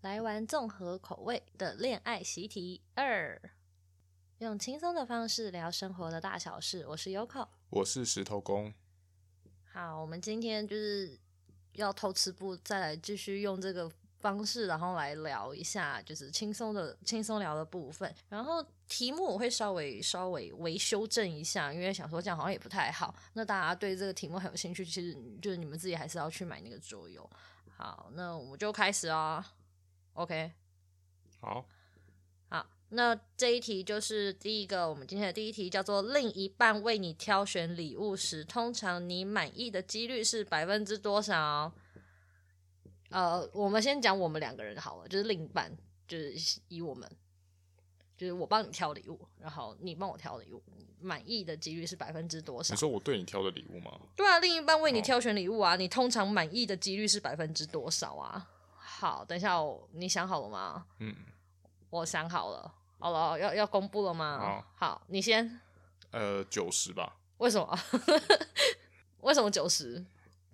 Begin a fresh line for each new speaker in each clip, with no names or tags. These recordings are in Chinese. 来玩综合口味的恋爱习题二，用轻松的方式聊生活的大小事。我是 Yoko。
我是石头公，
好，我们今天就是要偷吃不再来继续用这个方式，然后来聊一下就是轻松的轻松聊的部分。然后题目我会稍微稍微微修正一下，因为想说这样好像也不太好。那大家对这个题目很有兴趣，其实就是你们自己还是要去买那个桌游。好，那我们就开始啊。OK，
好，
好，那这一题就是第一个，我们今天的第一题叫做“另一半为你挑选礼物时，通常你满意的几率是百分之多少？”呃，我们先讲我们两个人好了，就是另一半，就是以我们，就是我帮你挑礼物，然后你帮我挑礼物，满意的几率是百分之多少
你？说我对你挑的礼物吗？
对啊，另一半为你
哦
挑选礼物啊，你通常满意的几率是百分之多少啊？好，等一下我，你想好了吗？
嗯，
我想好了，好了，要要公布了吗？
好，
你先。
呃，九十吧，
为什么？ 为什么九十？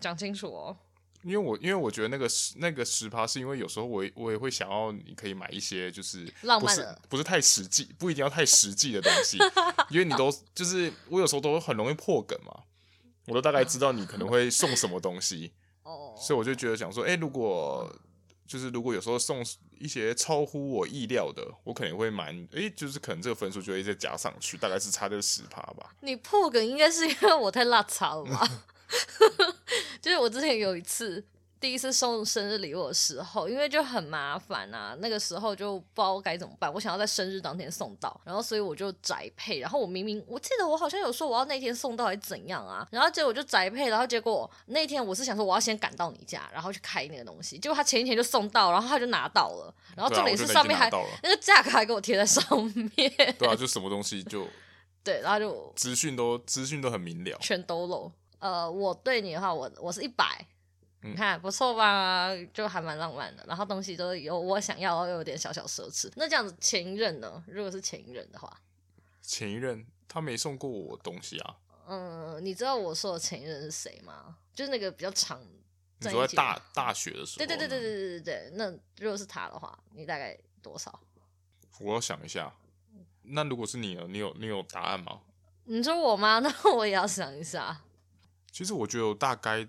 讲清楚哦。
因为我因为我觉得那个十那个十趴是因为有时候我也我也会想要你可以买一些就是
浪
不
漫
是
的
不是太实际，不一定要太实际的东西， 因为你都就是我有时候都很容易破梗嘛，我都大概知道你可能会送什么东西，
哦，
所以我就觉得想说，哎、如果就是如果有时候送一些超乎我意料的，我可能会蛮哎、就是可能这个分数就会再加上去，大概是差这十趴吧。
你破梗应该是因为我太辣茶了吧？ 就是我之前有一次，第一次送生日礼物的时候，因为就很麻烦啊，那个时候就不知道该怎么办。我想要在生日当天送到，然后所以我就宅配。然后我明明我记得我好像有说我要那天送到，还是怎样啊？然后结果就宅配，然后结果那天我是想说我要先赶到你家，然后去开那个东西。结果他前一天就送到，然后他就拿到了，然后
对
重
啊
点
我
是
就那
上
天
面
拿
还、
到 了
那个价格还给我贴在上面，
对啊，就什么东西就
对，然后就
资讯都资讯都很明了，
全都漏。呃，我对你的话，我我是一百、
嗯
你看不错吧？就还蛮浪漫的。然后东西都有我想要，又有点小小奢侈。那这样子前任呢？如果是前任的话，
前一任他没送过我东西啊，
嗯，你知道我说的前任是谁吗？就是那个比较长
你
在
说
一
在
起的。
大大学的时
对
候，
对对对，对对对对。那如果是他的话，你大概多少？
我要想一下。那如果是你呢？你有你有答案吗？
你说我吗？ 那我也要想一下。
其实我觉得我大概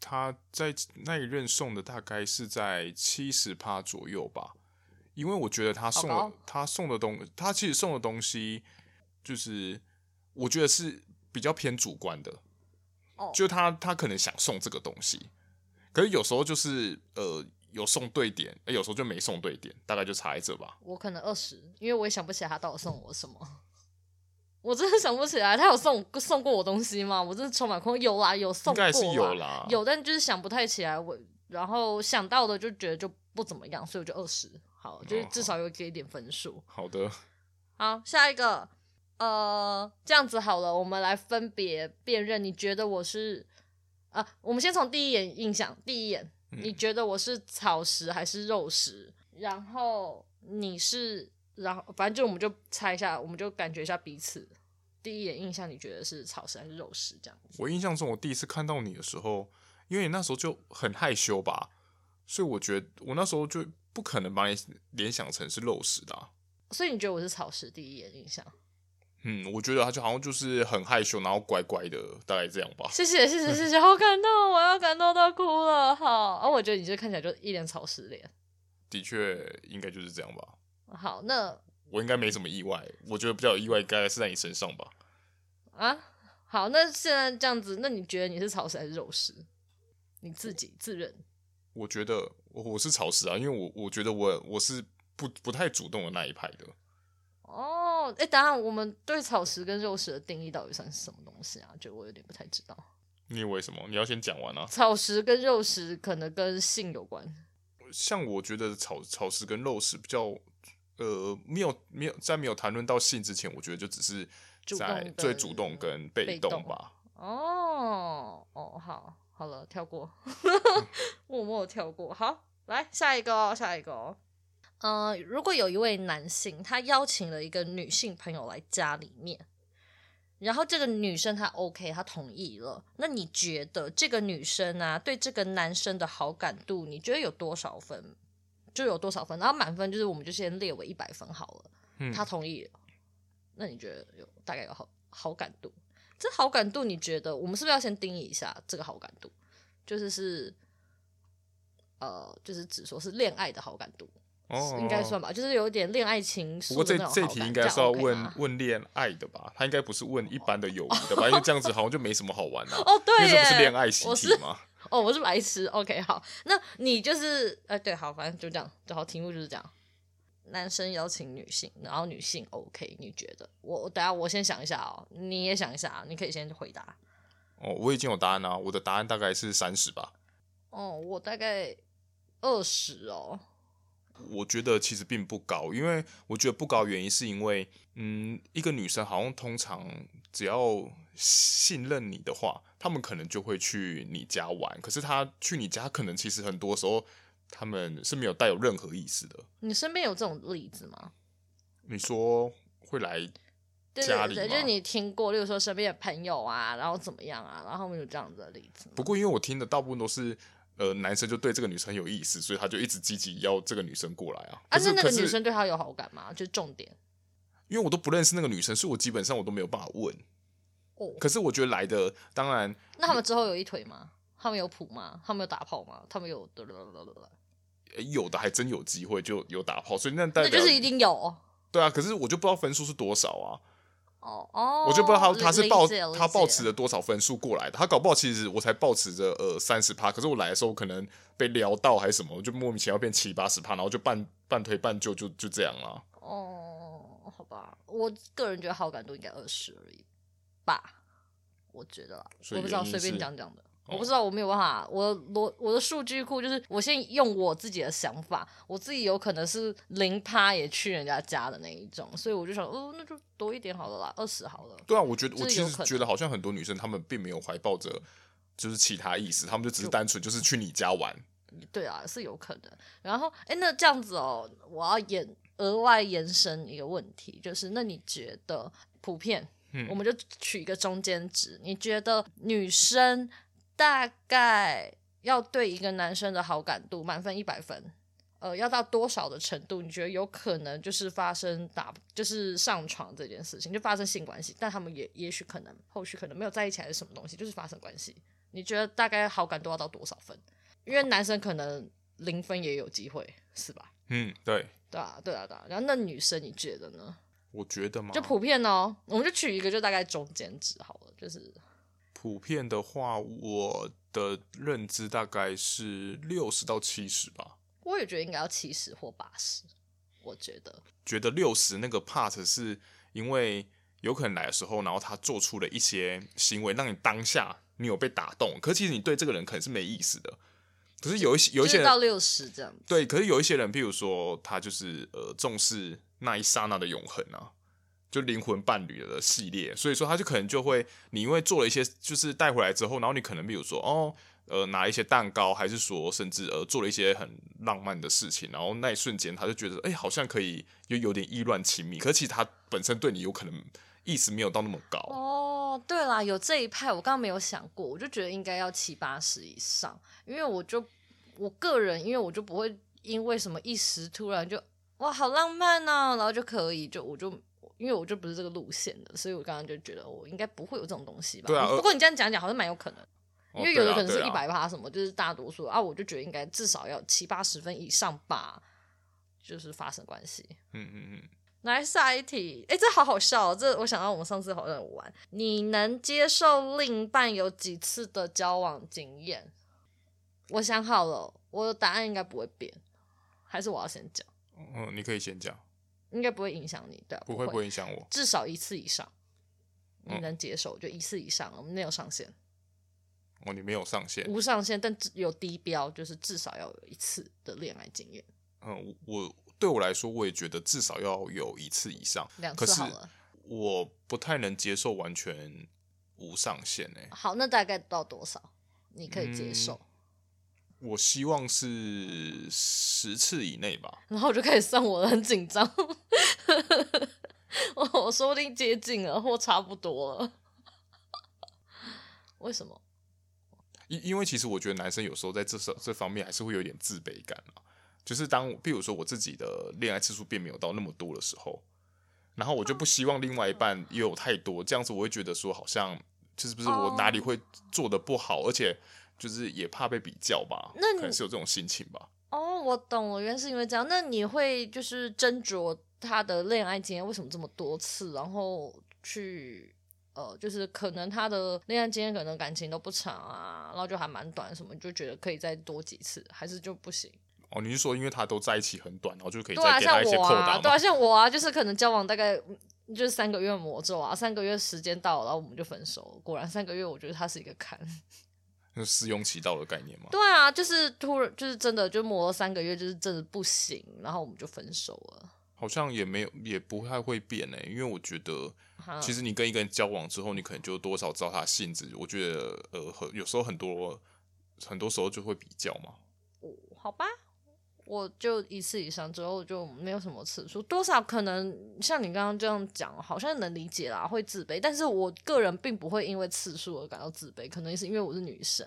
他在那一任送的大概是在七十趴左右吧，因为我觉得他送
好
的
高
他送的东他其实送的东西就是我觉得是比较偏主观的，
哦
就他他可能想送这个东西，可是有时候就是呃有送对点，呃有时候就没送对点，大概就差在这吧。
我可能二十，因为我也想不起来他到底送我什么。我真的想不起来，他有送送过我东西吗？我真的充满空。有啦，有送
应
过啦
该是有啦，
有但就是想不太起来。我然后想到的就觉得就不怎么样，所以我就二十。好，就是
哦
至少有给一点分数。
好的，
好，下一个，呃，这样子好了，我们来分别辨认，你觉得我是，啊，我们先从第一眼印象，第一眼，
嗯
你觉得我是草食还是肉食？然后你是，然后反正就我们就猜一下，我们就感觉一下彼此。第一眼印象，你觉得是草食还是肉食？这样子，
我印象中，我第一次看到你的时候，因为你那时候就很害羞吧，所以我觉得我那时候就不可能把你联想成是肉食的啊、
所以你觉得我是草食？第一眼印象，
嗯，我觉得他就好像就是很害羞，然后乖乖的，大概这样吧。
谢谢，谢谢，谢谢，好感动，我要感动到哭了。好，啊，我觉得你就看起来就一脸草食脸。
的确，应该就是这样吧。
好，那
我应该没什么意外，我觉得比较有意外应该是在你身上吧。
啊，好，那现在这样子，那你觉得你是草食还是肉食？你自己自认
我觉得我我是草食啊，因为我我觉得我我是不不太主动的那一派的。
哦？哎、当然，我们对草食跟肉食的定义到底算是什么东西啊？就我有点不太知道。
你以为什么？你要先讲完啊。
草食跟肉食可能跟性有关，
像我觉得草草食跟肉食比较，呃，没有没有在没有谈论到性之前，我觉得就只是
主动
在
跟
最主动跟被动吧。
哦哦，好，好了，跳过， 默默跳过。好，来下一个哦，下一个哦。呃，如果有一位男性，他邀请了一个女性朋友来家里面，然后这个女生她 OK，她同意了，那你觉得这个女生啊，对这个男生的好感度，你觉得有多少分？就有多少分，然后满分就是我们就先列为一百分好了。
嗯
他同意了，那你觉得有大概有好好感度？这好感度你觉得我们是不是要先定义一下这个好感度？就是是呃，就是只说是恋爱的好感度，
哦，
应该算吧，就是有点恋爱情
不
愫
过
的
这
那种好感。
这题应该
这
是
样
要
OK 啊
问、
吗
问恋爱的吧？他应该不是问一般的友谊的吧？因为这样子好像就没什么好 玩的、啊。
哦，对
因为这不是
耶
恋爱习
我
题
是
吗？
哦，我是白痴。OK，好，那你就是呃，对，好，反正就这样，就好，题目就是这样。男生邀请女性，然后女性 OK，你觉得？我我等下我先想一下哦，你也想一下，你可以先回答。
哦，我已经有答案啦，我的答案大概是三十吧。
哦，我大概二十哦，
我觉得其实并不高，因为我觉得不高原因是因为，嗯，一个女生好像通常只要信任你的话，她们可能就会去你家玩。可是她去你家，可能其实很多时候她们是没有带有任何意思的。
你身边有这种例子吗？
你说会来
对
家
对
里
对，就是
吗
你听过，例如说身边的朋友啊，然后怎么样啊，然后他们有这样子的例子吗。
不过因为我听的大部分都是，呃，男生就对这个女生有意思，所以他就一直积极要这个女生过来啊。
啊，
可是
那那个
可是
女生对他有好感吗？就重点
因为我都不认识那个女生，所以我基本上我都没有办法问。
哦。
可是我觉得来的，当然
那他们之后有一腿吗？他们有谱吗？他们有打炮吗？他们有
呃有的还真有机会就有打炮，所以那代
那
表
就是一定有哦
对啊。可是我就不知道分数是多少啊，
哦。
我就不知道他他是抱
理解
他抱持
理解
了多少分数过来的。他搞不好其实我才抱持着呃三十趴，可是我来的时候可能被撩到还是什么，我就莫名其妙变七八十趴，然后就半半推半就就就这样啦、
哦，好吧，我个人觉得好感度应该二十而已吧，我觉得啦，
所以
我不知道
原因
随便
是哦
讲讲的。我不知道，我没有办法，我逻我的数据库就是我先用我自己的想法，我自己有可能是零趴也去人家家的那一种，所以我就想，哦，那就多一点好了啦，二十好了。
对啊，我觉得
这
我
是
其
有
实
可
觉得好像很多女生她们并没有怀抱着就是其他意思，她们就只是单纯就是去你家玩。
对啊，是有可能。然后，哎，那这样子哦，我要延额外延伸一个问题，就是那你觉得普遍，
嗯
我们就取一个中间值，你觉得女生大概要对一个男生的好感度满分一百分，呃，要到多少的程度，你觉得有可能就是发生打就是上床这件事情，就发生性关系，但他们也也许可能后续可能没有在一起还是什么东西，就是发生关系。你觉得大概好感度要到多少分？因为男生可能零分也有机会，是吧？
嗯，对，
对啊，对啊，对啊。然后那女生你觉得呢？
我觉得嘛，
就普遍哦，我们就取一个就大概中间值好了，就是
普遍的话，我的认知大概是六十到七十吧。
我也觉得应该要七十或八十，我觉得
觉得六十那个 part 是因为有可能来的时候，然后他做出了一些行为，让你当下你有被打动，可其实你对这个人可能是没意思的。可是有一些有
就
一些
是
人
到六十这样。
对，可是有一些人，譬如说他就是呃重视那一刹那的永恒啊，就灵魂伴侣的系列，所以说他就可能就会，你因为做了一些就是带回来之后，然后你可能比如说哦呃拿一些蛋糕，还是说甚至呃做了一些很浪漫的事情，然后那一瞬间他就觉得哎、好像可以又有点意乱情迷，可是其实他本身对你有可能意思没有到那么高，
哦，对啦，有这一派，我刚刚没有想过，我就觉得应该要七八十以上，因为我就我个人，因为我就不会因为什么一时突然就哇好浪漫啊，然后就可以就我就因为我就不是这个路线的，所以我刚刚就觉得我应该不会有这种东西吧。
对啊呃
不过你这样讲讲好像蛮有可能，
哦
因为有的可能
对
是
啊
一
对啊
百趴什么，就是大多数啊，我就觉得应该至少要七八十分以上吧，就是发生关系。
嗯嗯嗯，
来下一题，哎，这好好笑、哦，这我想到我们上次好像有玩。你能接受另一半有几次的交往经验？我想好了，我的答案应该不会变，还是我要先讲，
嗯，你可以先讲，
应该不会影响你，对、啊，
不会
会
不会影响我，
至少一次以上，你
嗯
能接受就一次以上，我们没有上限，
哦，你没有上线，
无上限，但只有低标，就是至少要有一次的恋爱经验，
嗯，我我对我来说，我也觉得至少要有一次以上，
两
可
次
是
好了。
我不太能接受完全无上限欸诶、
好，那大概到多少你可以接受？
嗯我希望是十次以内吧。
然后我就开始算我了，很紧张。 我我说不定接近了，或差不多了。为什么？
因因为其实我觉得男生有时候在这这这方面还是会有点自卑感啊就是当比如说我自己的恋爱次数并没有到那么多的时候，然后我就不希望另外一半也有太多，这样子我会觉得说好像就是不是我
哦
哪里会做的不好，而且就是也怕被比较吧，
那你
可能是有这种心情吧。
哦，我懂了，原来是因为这样。那你会就是斟酌他的恋爱经验为什么这么多次，然后去呃，就是可能他的恋爱经验可能感情都不长啊，然后就还蛮短，什么就觉得可以再多几次，还是就不行？
哦，你是说因为他都在一起很短，然后就可以
对啊，
再给他
像
一些
我
扣
啊，
打
对
吗
啊，？像我啊，就是可能交往大概嗯就是三个月魔咒啊，三个月时间到了，然后我们就分手了。果然三个月，我觉得它是一个坎。
那试用期到的概念吗？
对啊，就是突然就是真的就磨了三个月，就是真的不行，然后我们就分手了。
好像也没有，也不太会变呢、因为我觉得
哈
其实你跟一个人交往之后，你可能就多少知道他的性质。我觉得，呃，很有时候很多很多时候就会比较嘛。
好吧，我就一次以上之后就没有什么次数，多少可能像你刚刚这样讲，好像能理解啦，会自卑。但是我个人并不会因为次数而感到自卑，可能是因为我是女生。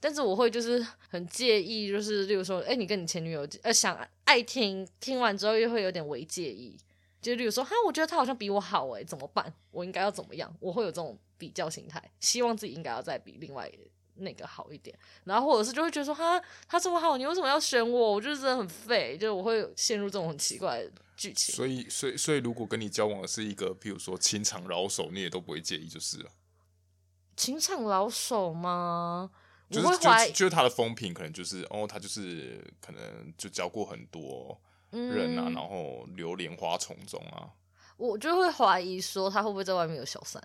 但是我会就是很介意，就是例如说，哎、你跟你前女友呃想爱听，听完之后又会有点微介意，就例如说，哈，我觉得她好像比我好哎、怎么办？我应该要怎么样？我会有这种比较心态，希望自己应该要再比另外那个好一点。然后或者是就会觉得说，哈，他这么好，你为什么要选我？我就是嗯真的很废，就是我会陷入这种很奇怪的剧情。
所以，所以，所以，如果跟你交往的是一个，譬如说情场老手，你也都不会介意，就是了。
情场老手吗？我
就是
会怀
就
疑
就是他的风评，可能就是哦，他就是可能就交过很多人啊，
嗯
然后流连花丛中啊。
我就会怀疑说他会不会在外面有小三。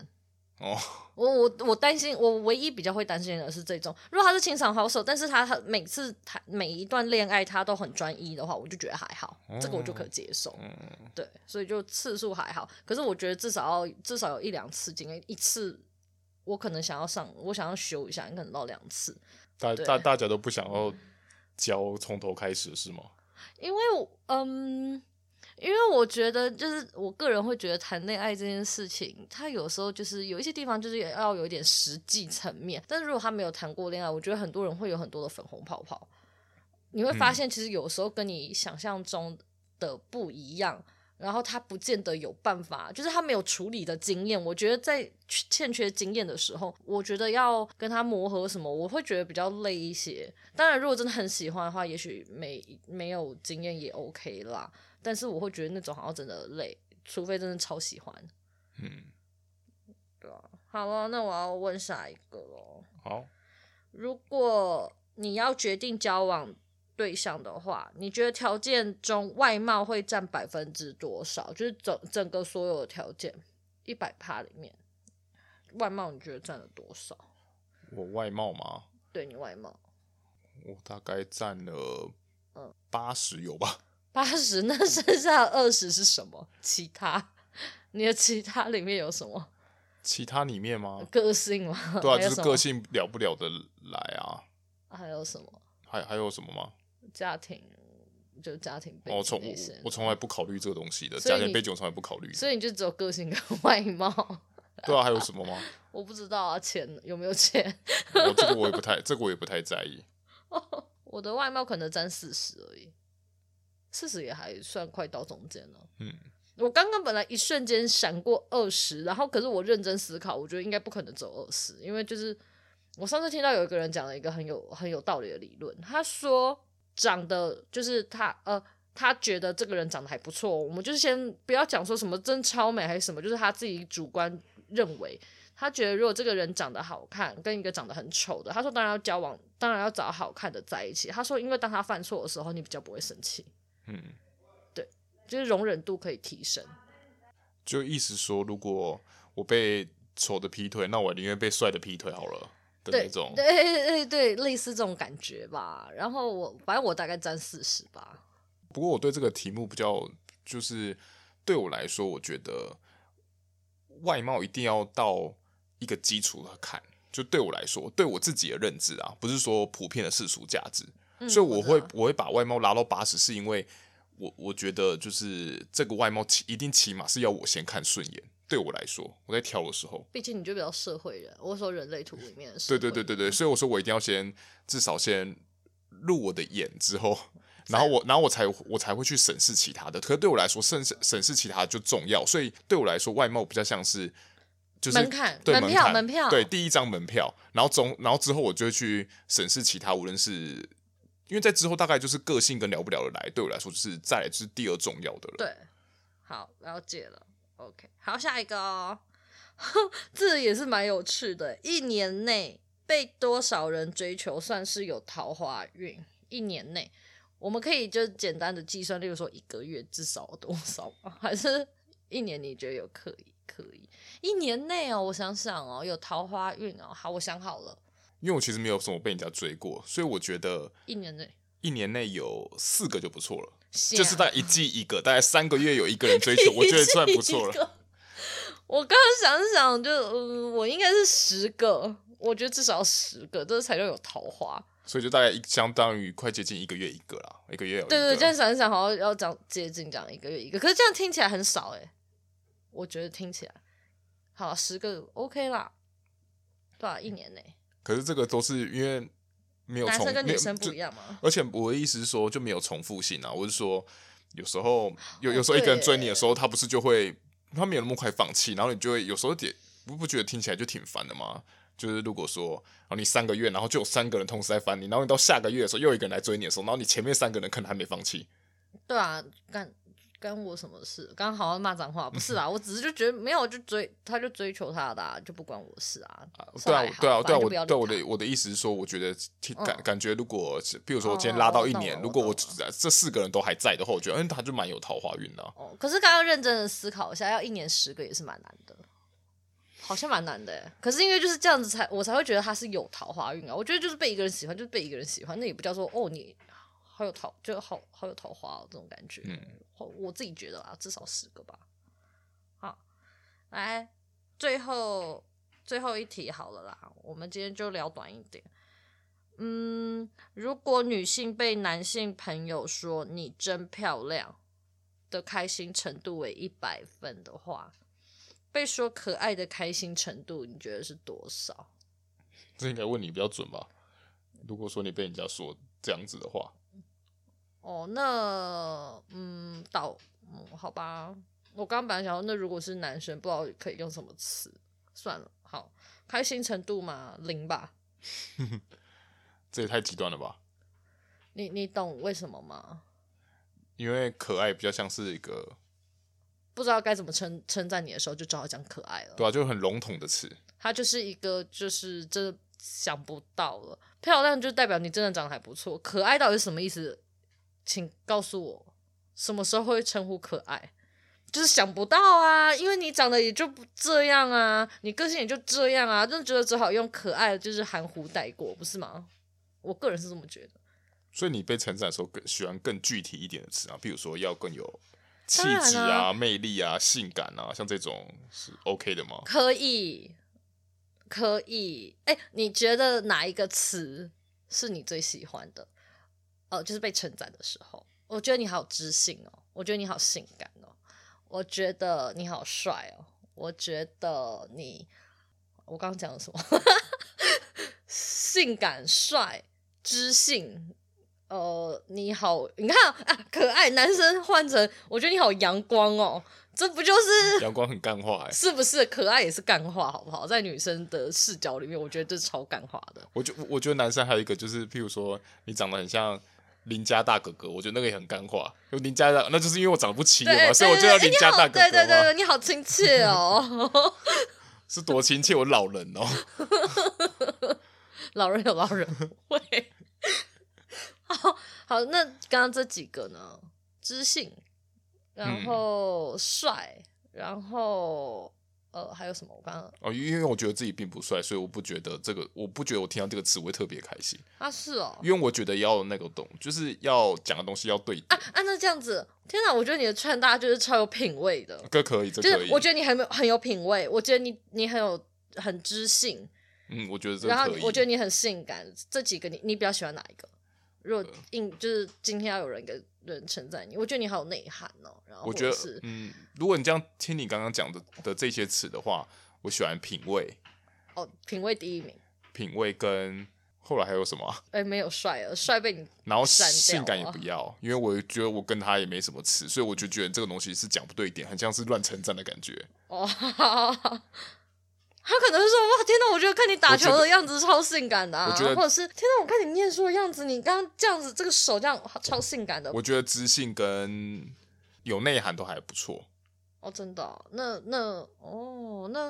哦，
我我我担心，我唯一比较会担心的是这种，如果他是情场好手，但是他他每次谈每一段恋爱他都很专一的话，我就觉得还好，这个我就可以接受。
哦嗯，
对，所以就次数还好，可是我觉得至少要至少有一两次经验，一次我可能想要上，我想要修一下，可能到两次，
大
对
大大家都不想要交从头开始是吗？
因为我嗯，因为我觉得就是我个人会觉得谈恋爱这件事情，它有时候就是有一些地方就是也要有一点实际层面，但是如果他没有谈过恋爱，我觉得很多人会有很多的粉红泡泡，你会发现其实有时候跟你想象中的不一样。然后他不见得有办法，就是他没有处理的经验。我觉得在欠缺经验的时候，我觉得要跟他磨合什么，我会觉得比较累一些。当然，如果真的很喜欢的话，也许没没有经验也 OK 啦。但是我会觉得那种好像真的累，除非真的超喜欢。
嗯，
好了，那我要问下一个喽。
好。
如果你要决定交往对象的话，你觉得条件中外貌会占百分之多少？就是整整个所有的条件一百趴里面，外貌你觉得占了多少？
我外貌嘛，
对你外貌
我大概占了
嗯
八十有吧。
八十， 那剩下二十是什么？其他，你的其他里面有什么？
其他里面吗？
个性吗？
哦对 啊，
还有
就是
什
个
么
性了不了的来啊，
还有什么
还还有什么吗？
家庭，就家庭背
哦，
景
从
那
我
些。
我从来不考虑这个东西的，
所以
家庭
你
背景我从来不考虑。
所以你就只有个性跟外貌，
对啊，还有什么吗？
我不知道啊，钱有没有钱？
我这个我也不太，这个我也不太在意。
我的外貌可能占四十而已，四十也还算快到中间了。
嗯，
我刚刚本来一瞬间闪过二十，然后可是我认真思考，我觉得应该不可能走二十，因为就是我上次听到有一个人讲了一个很有很有道理的理论，他说长得就是他呃。他觉得这个人长得还不错，我们就是先不要讲说什么真超美还是什么，就是他自己主观认为，他觉得如果这个人长得好看，跟一个长得很丑的，他说当然要交往，当然要找好看的在一起。他说因为当他犯错的时候，你比较不会生气，
嗯，
就是容忍度可以提升。
就意思说，如果我被丑的劈腿，那我宁愿被帅的劈腿好了的
对
那种。
对对 对，类似这种感觉吧。然后我反正我大概占四十吧。
不过我对这个题目比较，就是对我来说，我觉得外貌一定要到一个基础来看。就对我来说，对我自己的认知啊，不是说普遍的世俗价值，
嗯
所以我会
知道
我会把外貌拉到八十，是因为我我觉得就是这个外貌起一定起码是要我先看顺眼。对我来说，我在挑的时候，
毕竟你就比较社会人，我说人类图里面的社
对
会
对对对对，所以我说我一定要先至少先入我的眼之后，然后我，然后我才我才会去审视其他的。可是对我来说，审视审视其他就重要，所以对我来说，外貌比较像是就是
门槛
对
门
门
票
槛
门票
对第一张门票，然后总然后之后我就会去审视其他，无论是因为在之后大概就是个性跟聊不聊得来，对我来说就是再来就是第二重要的了。
对，好，了解了。OK，好，下一个哦， 这也是蛮有趣的。一年内被多少人追求算是有桃花运？一年内，我们可以就简单的计算，例如说一个月至少有多少吗？ 还是一年？你觉得有可以？可以，一年内哦，我想想哦，有桃花运哦。好，我想好了，
因为我其实没有什么被人家追过，所以我觉得
一年内，
一年内有四个就不错了，
就
就是大概一季一个，大概三个月有一个人 追求，我觉得算不错
一
了。
个。我刚刚想想就，嗯，我应该是十个，我觉得至少十个，这才叫有桃花。
所以就大概一相当于快接近一个月一个啦，一个月有哦一
对对
个
对，这样想一想，好像要讲接近这样一个月一个，可是这样听起来很少哎、我觉得听起来，好十个 OK 啦，对啊，一年内，
可是这个都是因为没有
男
重，
生跟
没
女
有
生不
就
一样嘛。
而且我的意思是说，就没有重复性啊。我是说，有时候有
哦
有时候一个人
对
追你的时候，他不是就会他没有那么快放弃，然后你就会有时候也不不觉得听起来就挺烦的吗？就是如果说，然后你三个月，然后就有三个人同时在烦你，然后你到下个月的时候又有一个人来追你的时候，然后你前面三个人可能还没放弃，
对啊，干干我什么事？刚刚好像骂脏话，不是啦，我只是就觉得没有，就追他就追求他的、啊，就不关我事啊。
对啊
算了，
对啊，
好
对
反正就
啊，我
不要理
对我
他
的我的意思是说，我觉得其
嗯
感、感觉，如果比如说我今天
哦
拉
哦
到
我
一
懂
年，
了
如
我
果我
懂
这这四个人都还在的话，我觉得嗯，他就蛮有桃花运的啊、
哦，可是刚刚认真的思考一下，要一年十个也是蛮难的，好像蛮难的欸。可是因为就是这样子才，我才会觉得他是有桃花运啊。我觉得就是被一个人喜欢，就是被一个人喜欢，那也不叫说哦你好有桃，就好好有桃花、哦、这种感觉。
嗯
我我自己觉得啊，至少十个吧。好，来最后最后一题好了啦，我们今天就聊短一点。嗯，如果女性被男性朋友说“你真漂亮”的开心程度为一百分的话，被说可爱的开心程度，你觉得是多少？
这应该问你比较准吧？如果说你被人家说这样子的话，
哦，那嗯，到嗯，好吧，我刚刚本来想说，那如果是男生，不知道可以用什么词，算了，好，开心程度嘛，零吧。
这也太极端了吧？
你你懂为什么吗？
因为可爱比较像是一个
不知道该怎么称称赞你的时候，就只好讲可爱了。
对啊，就很笼统的词。
它就是一个就是真的想不到了。漂亮就代表你真的长得还不错，可爱到底是什么意思？请告诉我，什么时候会称呼可爱？就是想不到啊，因为你长得也就不这样啊，你个性也就这样啊，真的觉得只好用可爱就是含糊带过，不是吗？我个人是这么觉得。
所以你被称赞的时候，更喜欢更具体一点的词啊，比如说要更有气
当然
质
啊
啊、魅力啊、性感啊，像这种是 OK 的吗？
可以，可以。哎、你觉得哪一个词是你最喜欢的？哦，就是被称赞的时候，我觉得你好知性哦，我觉得你好性感哦，我觉得你好帅哦，我觉得你，我刚刚讲了什么？ 性感、帅、知性。呃，你好，你看啊，可爱男生换成，我觉得你好阳光哦，这不就是
阳光很干话哎、
是不是可爱也是干话，好不好？在女生的视角里面，我觉得这是超干话的。
我觉我觉得男生还有一个就是，譬如说你长得很像邻家大哥哥，我觉得那个也很干话。就邻家大，那就是因为我长得不起眼嘛，
对，
所以我就
对
叫
对
邻家大哥哥嘛，
对对对对，你好亲切哦，
是多亲切，我老人哦。
老人有老人味。好好，那刚刚这几个呢？知性，然
嗯
后帅，然后呃，还有什么？我刚刚
哦，因因为我觉得自己并不帅，所以我不觉得这个，我不觉得我听到这个词我会特别开心，
啊是哦，
因为我觉得要那个懂，就是要讲的东西要对点，
啊那这样子，天哪，我觉得你的穿搭就是超有品味的。
这可以，这
啊就
可
是
以，
我觉得你很有很有品味，我觉得你你很有很知性，
嗯，我觉得这
然后
可以，
我觉得你很性感，这几个你你比较喜欢哪一个？如
嗯
果硬就是今天要有人给人称赞你，我觉得你好有内涵哦。然后或
我觉
者
得
是，
嗯，如果你这样听你刚刚讲的的这些词的话，我喜欢品味，
哦，品味第一名，
品味跟后来还有什么啊、
哎、没有帅了，帅被你
然后
删掉
性感也
啊
不要，因为我觉得我跟他也没什么吃，所以我就觉得这个东西是讲不对点，很像是乱称赞的感觉。
哦，他可能是说哇，天哪，我觉得看你打球
我觉
的
得
样子超性感的、啊，
我觉得
或者是天哪，我看你念书的样子，你刚刚这样子这个手这样超性感的，
我觉得知性跟有内涵都还不错，
哦，真的哦、那那哦，那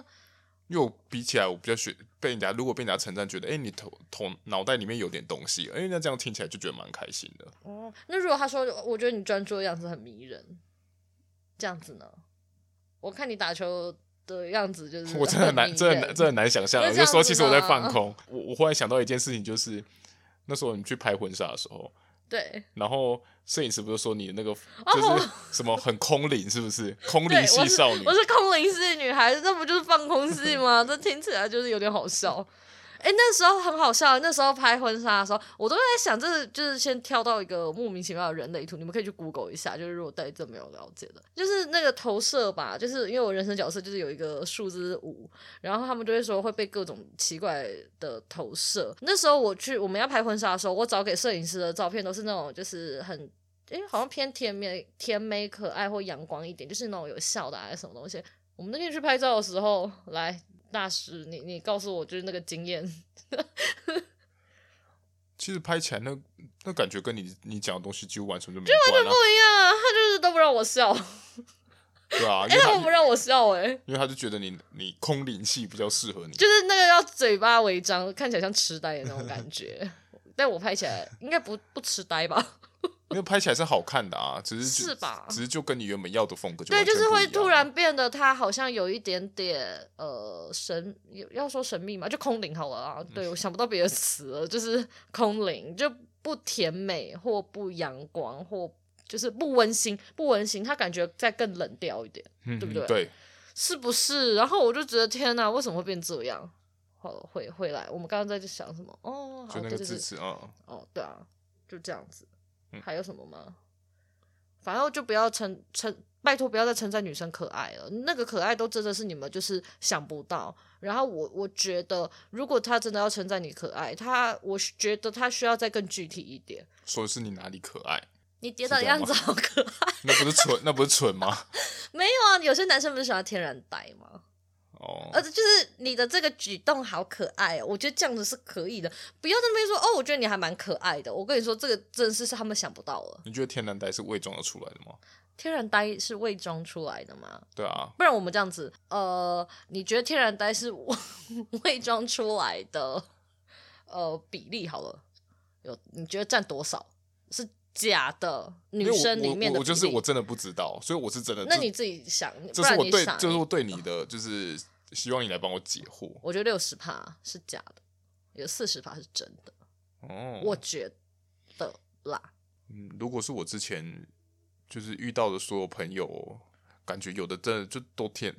因为我比起来，我比较学被人家如果被人家称赞，觉得哎、诶你头头脑袋里面有点东西，哎、那这样听起来就觉得蛮开心的。
哦，那如果他说我觉得你专注的样子很迷人，这样子呢？我看你打球的样子就是
我真的很难，
迷
真的很
人
难，真的很难想象。
就
有
这样
些时候
子嗯
其实我在
吗
放空，我我忽然想到一件事情，就是那时候你去拍婚纱的时候，
对
然后摄影师不是说你那个就是什么很空灵，是不是 空
哦对
灵，
我
系
是
少女
我？是空灵系女孩，这不就是放空系 吗？这听起来就是有点好笑。哎、那时候很好笑，那时候拍婚纱的时候，我都在想，这就是先跳到一个莫名其妙的人类图，你们可以去 Google 一下，就是如果对这没有了解的，就是那个投射吧，就是因为我人生角色就是有一个数字五，然后他们就会说会被各种奇怪的投射。那时候我去我们要拍婚纱的时候，我找给摄影师的照片都是那种就是很。诶，好像偏甜美、甜美可爱或阳光一点，就是那种有笑的、啊、还是什么东西。我们那天去拍照的时候，来大师，你你告诉我，就是那个经验，
其实拍起来那那感觉跟你你讲的东西几乎完全就没关
不
了、
一样啊，他就是都不让我笑，
对啊，因
哎、
为
他们不
他
让我笑、哎，
因为他就觉得你你空灵系比较适合你，
就是那个要嘴巴违章，看起来像痴呆的那种感觉。但我拍起来应该不不痴呆吧？
因为拍起来是好看的啊，只是就是
吧
只是就跟你原本要的风格就
对，
完
就
全
是
不一
会
样
突然变得他好像有一点点呃神，要说神秘嘛，就空灵好了啊。对，我想不到别的词了，就是空灵，就不甜美或不阳光或就是不温馨，不温馨，他感觉再更冷调一点。
嗯
对不对
对，
是不是？然后我就觉得天哪，为什么会变这样？好，回回来，我们刚刚在想什么？哦，好，
就那
对
个
对对
支，持啊，
哦，对啊，就这样子。
嗯
还有什么吗？反正就不要称称，拜托不要再称赞女生可爱了。那个可爱都真的是你们就是想不到。然后我我觉得，如果他真的要称赞你可爱，他我是觉得他需要再更具体一点。
说是你哪里可爱，
你跌倒的
是这样
样
吗
子好可爱，
那不是蠢， 那不是蠢吗？
没有啊？有些男生不是喜欢天然呆吗？
哦，
而且就是你的这个举动好可爱、哦，我觉得这样子是可以的。不要在那边说哦，我觉得你还蛮可爱的。我跟你说，这个真的是是他们想不到了。
你觉得天然呆是伪装的出来的吗？
天然呆是伪装出来的吗？
对啊，
不然我们这样子，呃，你觉得天然呆是伪装出来的呃比例好了？有你觉得占多少？是假的
因
女
为我
生里面
我
的
我就是
比例
我真的不知道，所以我是真的。
那
这
你自己想，不
这是
然
我
你
对，
想，
这是我对你的，就是希望你来帮我解惑。
我觉得六十趴是假的，有四十趴是真的。
哦，
我觉得啦，
嗯，如果是我之前就是遇到的所有朋友，感觉有的真的就都天，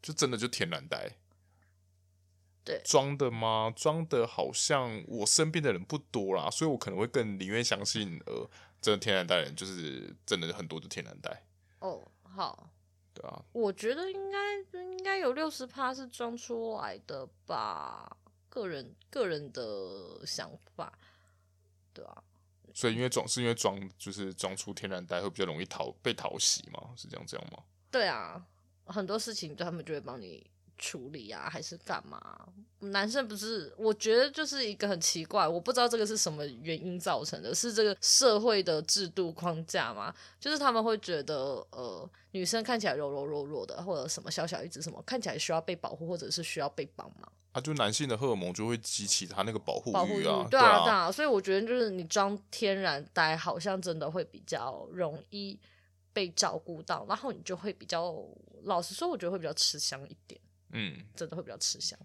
就真的就天然呆。
对
装的吗？装的好像我身边的人不多啦，所以我可能会更宁愿相信，呃，真的天然呆的人就是真的很多就天然呆，
哦，好，
对啊，
我觉得应该应该有六十趴是装出来的吧，个人个人的想法，对啊，
所以因为装是因为装就是装出天然呆会比较容易讨被讨喜嘛，是这样这样吗？
对啊，很多事情他们就会帮你处理啊，还是干嘛？男生不是，我觉得就是一个很奇怪，我不知道这个是什么原因造成的，是这个社会的制度框架吗？就是他们会觉得，呃，女生看起来柔柔弱弱的，或者什么小小一只什么，看起来需要被保护，或者是需要被帮忙。
啊，就男性的荷尔蒙就会激起他那个保护
保护
欲
欲，
啊，
对
啊，
对啊，所以我觉得就是你装天然呆，好像真的会比较容易被照顾到，然后你就会比较，老实说，我觉得会比较吃香一点，
嗯，
真的会比较吃香。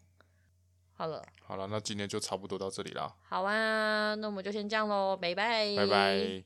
好了，
好了，那今天就差不多到这里啦，
好啊，那我们就先这样喽，拜拜，
拜拜。